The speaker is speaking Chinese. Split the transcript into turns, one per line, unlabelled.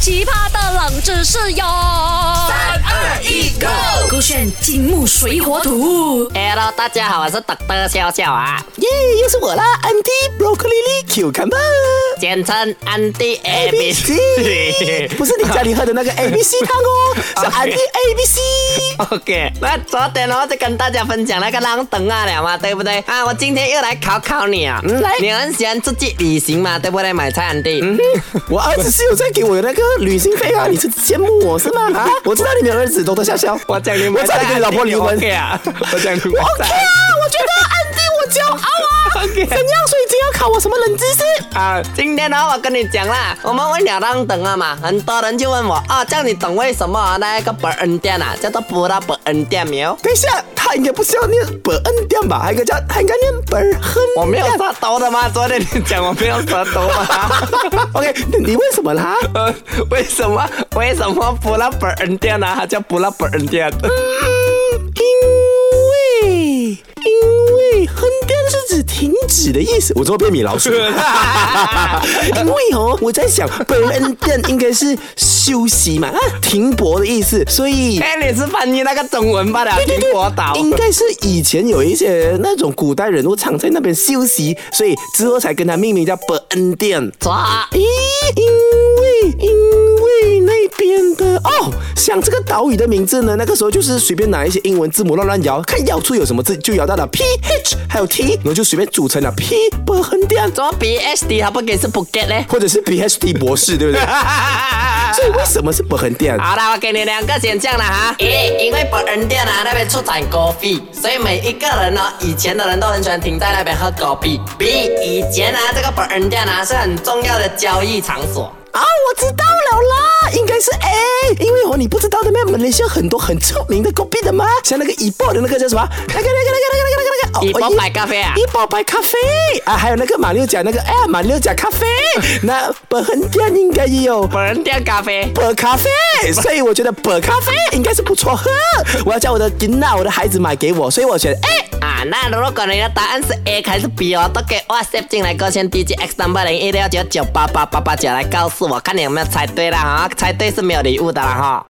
奇葩的冷知识哟！三
二一，Go！
勾选金木水火土。
Hello，大家好，我是 Dr. 笑笑啊，
耶，又是我啦，Andy Broccoli Cucumber
简称 Andy
A B C，
ABC。
不是你家里喝的那个 A B C 汤哦，是
啊 OK
Andy A B C。
OK，那昨天呢就跟大家分享那个浪等啊了嘛，对不对？啊，我今天又来考考你啊，嗯、
来
你很喜欢自己旅行嘛，对不对？买菜安迪，嗯，
我儿子是有在给我那个旅行费啊，你是羡慕我是 吗？啊，我知道你没有儿子，多多笑笑。
我讲你
我
买
差
菜
点跟你老婆 离婚。
OK 啊，我讲你买
OK
菜
啊，我觉得 Andy 我骄傲啊。
OK
怎样？所以今天要考我什么冷知识？
啊，今天呢我跟你讲啦，我们问了浪等啊嘛，很多人就问我啊，这样你懂为什么啊那个伯恩店啊叫做布拉伯恩店没有？
等一下，他应该不是要念本恩店吧？还有一个叫，还应该念本亨。
我没有舌头的吗？昨天你讲我没有舌头吗？
OK，你为什么啦？
呃，为什么为什么布拉本恩店呢、它叫布拉本恩店。
因为因为亨店是指停止的意思。我怎么变米老鼠？因为哦，我在想本恩店应该是休息嘛，啊，停泊的意思，所以。
哎、你是翻译那个中文罢了，
对
苹果岛。
应该是以前有一些那种古代人物常在那边休息，所以之后才跟他命名叫本恩店。
错，
咦，因为因为那边的哦，想这个岛屿的名字呢，那个时候就是随便拿一些英文字母乱乱摇，看摇出有什么字就摇到了 P H 还有 T，然后就随便组成了 P 伯亨店，
怎么 B H D 还不给是 b u g e t 呢？
或者是 B H D 博士，对不对？ 所以为什么是伯亨店？
好啦，我给你两个选项了哈。一，因为本恩店啊那边出产狗币，所以每一个人呢、以前的人都很喜欢停在那边喝狗币。B，以前啊这个本恩店啊是很重要的交易场所。
啊，我知道了啦，应该是 A，因为哦，你不知道的咩？马来西亚很多很出名的狗币的嘛，像那个怡宝的那个叫什么？那个那个那个那个那个那个那个哦，
怡宝白咖啡啊
怡宝白咖啡啊，还有那个马六甲那个哎呀，马六甲 咖啡，那本亨店应该也有。
本恩店咖啡。
本咖啡，所以我觉得本咖啡应该是不错喝。我要叫我的囡娜，我的孩子买给我，所以我选 A。
啊，那如果你的答案是 A 还是 B 哦，都给 WhatsApp 进来，勾选 DGX number 零一六九九八八八八九来告诉我，看你有没有猜对啦哈，猜对是没有礼物的啦哈。